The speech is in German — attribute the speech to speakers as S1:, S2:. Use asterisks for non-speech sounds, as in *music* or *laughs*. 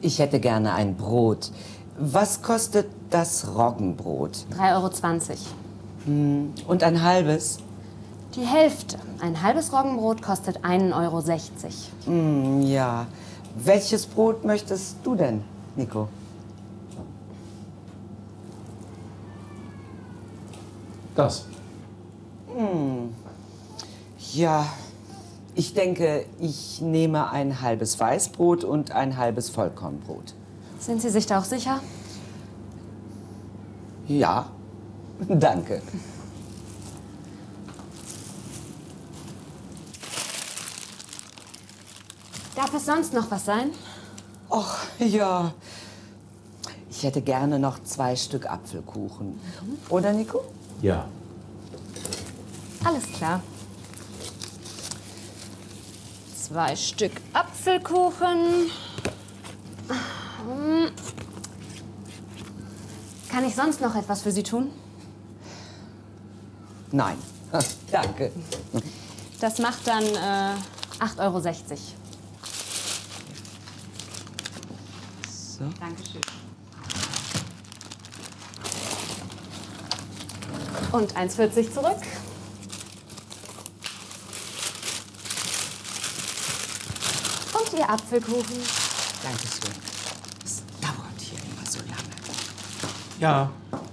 S1: Ich hätte gerne ein Brot. Was kostet das Roggenbrot?
S2: 3,20 Euro.
S1: Und ein halbes?
S2: Die Hälfte. Ein halbes Roggenbrot kostet 1,60 Euro.
S1: Hm, ja. Welches Brot möchtest du denn, Nico?
S3: Das.
S1: Ja, ich denke, ich nehme ein halbes Weißbrot und ein halbes Vollkornbrot.
S2: Sind Sie sich da auch sicher?
S1: Ja, danke.
S2: Darf es sonst noch was sein?
S1: Och, *laughs* ja. Ich hätte gerne noch zwei Stück Apfelkuchen. Oder, Nico?
S3: Ja.
S2: Alles klar. Zwei Stück Apfelkuchen. Hm. Kann ich sonst noch etwas für Sie tun?
S1: Nein. *laughs* danke.
S2: Das macht dann äh, 8,60 Euro.
S1: So.
S2: Dankeschön. Und 1,40 zurück. Und Ihr Apfelkuchen.
S1: Dankeschön. Es dauert hier immer so lange.
S3: Ja.